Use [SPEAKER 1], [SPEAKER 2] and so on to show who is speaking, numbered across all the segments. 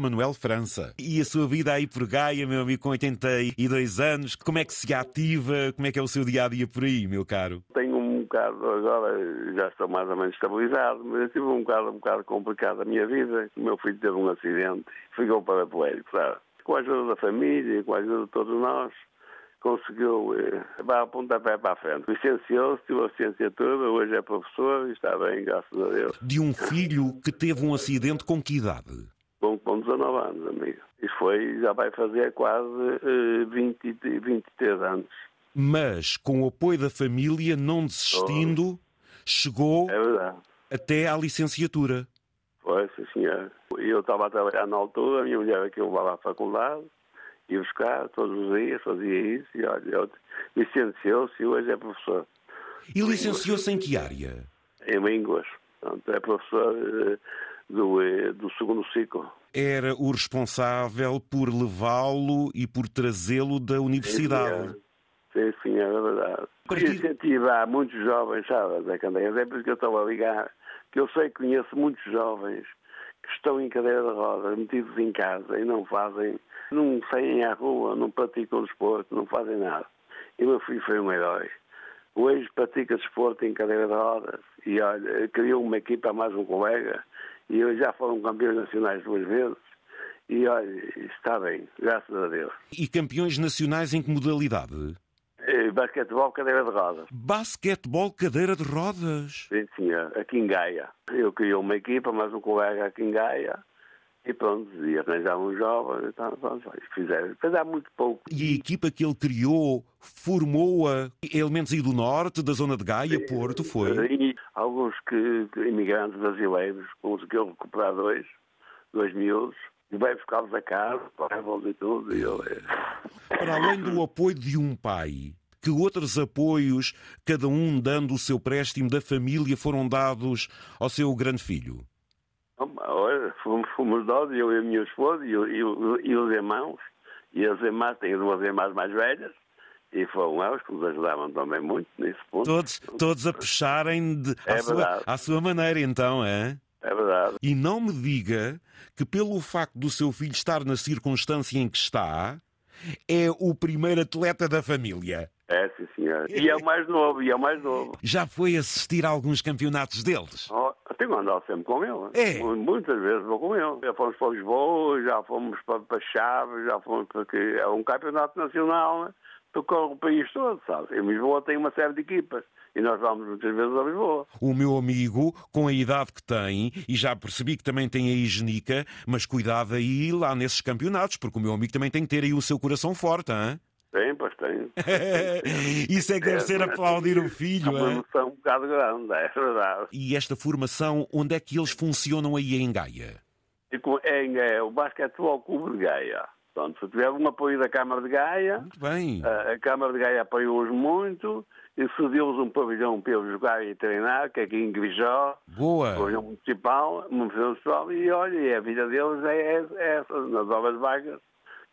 [SPEAKER 1] Manuel França. E a sua vida aí por Gaia, meu amigo, com 82 anos, como é que se ativa? Como é que é o seu dia a dia por aí, meu caro?
[SPEAKER 2] Tenho um bocado agora, já estou mais ou menos estabilizado, mas eu tive um bocado, um bocado complicado a minha vida. O meu filho teve um acidente, ficou paraplégico, sabe? Com a ajuda da família, com a ajuda de todos nós, conseguiu eh, dar a pontapé para a frente. Licenciou-se, tirou a licenciatura, hoje é professor e está bem, graças a Deus.
[SPEAKER 1] De um filho que teve um acidente com que idade?
[SPEAKER 2] Com, com 19 anos, amigo. Isso foi, já vai fazer quase eh, 20, e- 23 anos.
[SPEAKER 1] Mas, com o apoio da família, não desistindo, chegou
[SPEAKER 2] É verdade.
[SPEAKER 1] até à licenciatura.
[SPEAKER 2] Foi, sim, senhor. E Eu estava a trabalhar na altura, a minha mulher aqui levava à faculdade, ia buscar todos os dias, fazia isso, e olha, eu- licenciou-se e hoje é professor
[SPEAKER 1] E licenciou-se em que área?
[SPEAKER 2] em línguas. Portanto, é professor eh, do, eh, do segundo ciclo.
[SPEAKER 1] Era o responsável por levá-lo e por trazê-lo da universidade.
[SPEAKER 2] Sim, sim, é verdade.
[SPEAKER 1] Partido-
[SPEAKER 2] Porque incentivar muitos jovens, sabe, Zé Candeias, é por isso que eu estava a ligar, que eu sei que conheço muitos jovens que estão em cadeira de rodas, metidos em casa e não fazem, não saem à rua, não praticam desporto, não fazem nada. E meu filho foi um herói. Hoje pratica desporto em cadeira de rodas e olha, criou uma equipa a mais um colega e hoje já foram campeões nacionais duas vezes. E olha, está bem, graças a Deus.
[SPEAKER 1] E campeões nacionais em que modalidade?
[SPEAKER 2] Eh, Basquetebol, cadeira de rodas.
[SPEAKER 1] Basquetebol, cadeira de rodas.
[SPEAKER 2] Sim, senhor. Aqui em Gaia. Eu criei uma equipa, mais um colega aqui em Gaia. E pronto, e arranjámos jovens e tal, pronto, olha, fizeram. Depois há muito pouco.
[SPEAKER 1] E a equipa que ele criou formou-a elementos aí do norte, da zona de Gaia, Porto, foi.
[SPEAKER 2] E alguns que, que imigrantes brasileiros conseguiu recuperar dois, dois miúdos. E vai buscá-los a casa, levam-los e tudo. E eu, eh,
[SPEAKER 1] Para além do apoio de um pai, que outros apoios, cada um dando o seu préstimo da família, foram dados ao seu grande filho?
[SPEAKER 2] Olha, fomos, fomos nós, eu e a minha esposa, e, o- e o- e os irmãos, e as irmãs, tenho duas irmãs mais velhas, e foram elas que nos ajudavam também muito nesse ponto.
[SPEAKER 1] Todos, todos a puxarem de- à,
[SPEAKER 2] É
[SPEAKER 1] sua,
[SPEAKER 2] verdade.
[SPEAKER 1] à sua maneira, então, é?
[SPEAKER 2] É verdade.
[SPEAKER 1] E não me diga que, pelo facto do seu filho estar na circunstância em que está, é o primeiro atleta da família.
[SPEAKER 2] É, sim, senhor. E é o mais novo, e é o mais novo.
[SPEAKER 1] Já foi assistir a alguns campeonatos deles.
[SPEAKER 2] Oh, eu tenho andado sempre com ele. né?
[SPEAKER 1] É.
[SPEAKER 2] Mu- Muitas vezes vou com ele. Já fomos para Lisboa, já fomos para, para Chaves, já fomos para. que- É um campeonato nacional, né? percorre o país todo, sabe? Em Lisboa tem uma série de equipas, e nós vamos muitas vezes a Lisboa.
[SPEAKER 1] O meu amigo, com a idade que tem, e já percebi que também tem a higienica, mas cuidado aí lá nesses campeonatos, porque o meu amigo também tem que ter aí o seu coração forte, hein?
[SPEAKER 2] Tem, pois tem.
[SPEAKER 1] Isso é que deve ser aplaudir o
[SPEAKER 2] É
[SPEAKER 1] filho,
[SPEAKER 2] uma
[SPEAKER 1] hein?
[SPEAKER 2] emoção um bocado grande, é verdade.
[SPEAKER 1] E esta formação, onde é que eles funcionam aí em Gaia?
[SPEAKER 2] E com- é, em- é o Basquetebol Clube de Gaia. Portanto, se tiver um apoio da Câmara de Gaia,
[SPEAKER 1] Muito bem.
[SPEAKER 2] a, a Câmara de Gaia apoiou-os muito e cedeu-os um pavilhão para eles jogarem e treinar, que é aqui em Grijó,
[SPEAKER 1] Boa.
[SPEAKER 2] pavilhão municipal, municipal, municipal, e olha, e a vida deles é, é- é essa, nas obras vagas,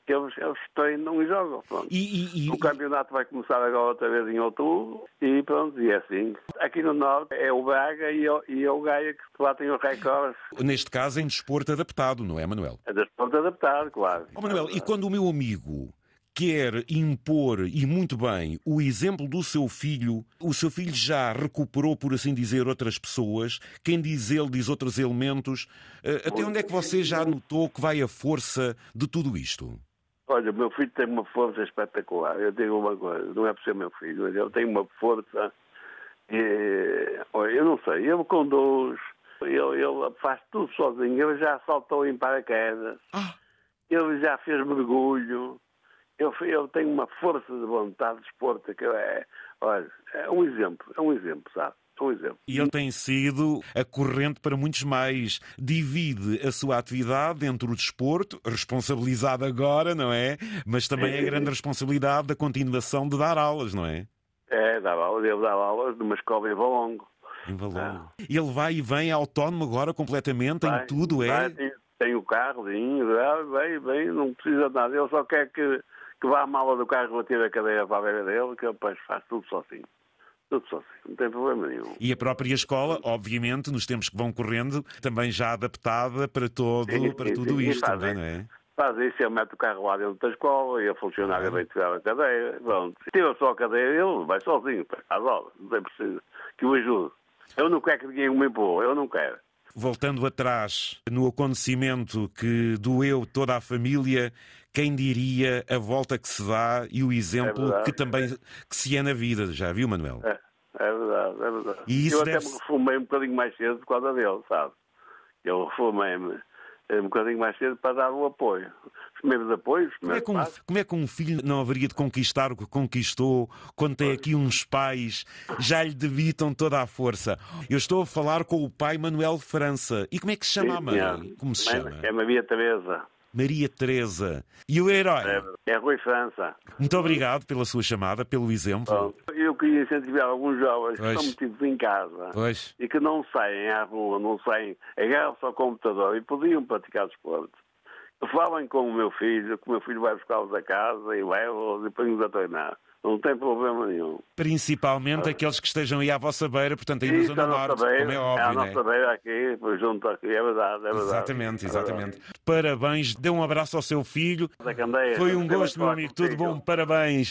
[SPEAKER 2] que eles, eles treinam e jogam. Pronto.
[SPEAKER 1] E, e- e-
[SPEAKER 2] O campeonato vai começar agora outra vez em outubro e pronto, e é assim. Aqui no Norte é o Braga e é o, e é o Gaia que batem os recordes.
[SPEAKER 1] neste caso, em desporto adaptado, não é, Manuel?
[SPEAKER 2] É das pronto adaptado, claro.
[SPEAKER 1] Ó Manuel, e quando o meu amigo quer impor, e muito bem, o exemplo do seu filho, o seu filho já recuperou, por assim dizer, outras pessoas, quem diz ele diz outros elementos, Eh, até onde é que você já notou que vai a força de tudo isto?
[SPEAKER 2] Olha, o meu filho tem uma força espetacular. Eu digo uma coisa, não é por ser meu filho, mas ele tem uma força. eh, olha, eu não sei, ele conduz, ele, ele faz tudo sozinho, ele já saltou em paraquedas.
[SPEAKER 1] Ah,
[SPEAKER 2] ele já fez mergulho, eu, eu tenho uma força de vontade de esporte que é, olha, é um exemplo, é um exemplo, sabe? É um exemplo.
[SPEAKER 1] e ele tem sido a corrente para muitos mais. Divide a sua atividade entre o desporto, responsabilizado agora, não é? Mas também a grande responsabilidade da continuação de dar aulas, não é?
[SPEAKER 2] É, dava aulas, ele dava aulas numa escola em Valongo.
[SPEAKER 1] Em valor.
[SPEAKER 2] Ah.
[SPEAKER 1] Ele vai e vem autónomo agora completamente
[SPEAKER 2] Vai,
[SPEAKER 1] em tudo, é?
[SPEAKER 2] vai, tem, tem o carrozinho, bem, bem, não precisa de nada, ele só quer que, que vá à mala do carro bater a cadeira para a beira dele, que ele depois faz tudo sozinho. Tudo sócio, não tem problema nenhum.
[SPEAKER 1] E a própria escola, obviamente, nos tempos que vão correndo, também já adaptada para, todo,
[SPEAKER 2] Sim,
[SPEAKER 1] para
[SPEAKER 2] sim,
[SPEAKER 1] tudo
[SPEAKER 2] sim, e
[SPEAKER 1] isto,
[SPEAKER 2] fazem.
[SPEAKER 1] não é?
[SPEAKER 2] Fazem isso, ele mete o carro lá dentro da escola e a funcionária
[SPEAKER 1] Uhum.
[SPEAKER 2] vem tirar a cadeira. Pronto. Tira só a cadeira, ele vai sozinho pá, às obras. Não é preciso que o ajude. Eu não quero que ninguém me empurre, eu não quero.
[SPEAKER 1] Voltando atrás, no acontecimento que doeu toda a família, quem diria a volta que se dá e o exemplo
[SPEAKER 2] É verdade.
[SPEAKER 1] que também que se é na vida, já viu, Manuel?
[SPEAKER 2] É, é verdade, é verdade.
[SPEAKER 1] E isso
[SPEAKER 2] eu até
[SPEAKER 1] deve-se-
[SPEAKER 2] me reformei um bocadinho mais cedo por causa dele, sabe? Eu reformei-me eh, um bocadinho mais cedo para dar o apoio. Os primeiros apoios, os
[SPEAKER 1] Como é,
[SPEAKER 2] primeiros
[SPEAKER 1] que um,
[SPEAKER 2] passos.
[SPEAKER 1] como é que um filho não haveria de conquistar o que conquistou quando tem aqui uns pais já lhe debitam toda a força? Eu estou a falar com o pai Manuel França. E como é que se chama a mãe?
[SPEAKER 2] Sim,
[SPEAKER 1] Como se
[SPEAKER 2] senhora.
[SPEAKER 1] chama?
[SPEAKER 2] É Maria Teresa.
[SPEAKER 1] Maria Teresa. E o herói?
[SPEAKER 2] É, é Rui França.
[SPEAKER 1] Muito obrigado pela sua chamada, pelo exemplo.
[SPEAKER 2] Bom, eu queria incentivar alguns jovens que
[SPEAKER 1] Pois.
[SPEAKER 2] estão metidos em casa
[SPEAKER 1] Pois.
[SPEAKER 2] e que não saem à rua, não saem, agarram-se ao computador e podiam praticar desporto. Falem com o meu filho, que o meu filho vai buscá-los a casa e leva-os e põe-os a treinar. Não tem problema nenhum.
[SPEAKER 1] Principalmente aqueles que estejam aí à vossa beira, portanto, aí na
[SPEAKER 2] Isso é a
[SPEAKER 1] Zona Norte,
[SPEAKER 2] nossa beira,
[SPEAKER 1] como é
[SPEAKER 2] é a
[SPEAKER 1] óbvio, né?
[SPEAKER 2] nossa beira aqui, pois junto aqui, é verdade, é verdade.
[SPEAKER 1] Exatamente,
[SPEAKER 2] É verdade.
[SPEAKER 1] exatamente. Parabéns, dê um abraço ao seu filho.
[SPEAKER 2] Da Candeia,
[SPEAKER 1] Foi um
[SPEAKER 2] gostei muito
[SPEAKER 1] gosto, meu
[SPEAKER 2] falar
[SPEAKER 1] amigo.
[SPEAKER 2] contigo.
[SPEAKER 1] Tudo bom, parabéns.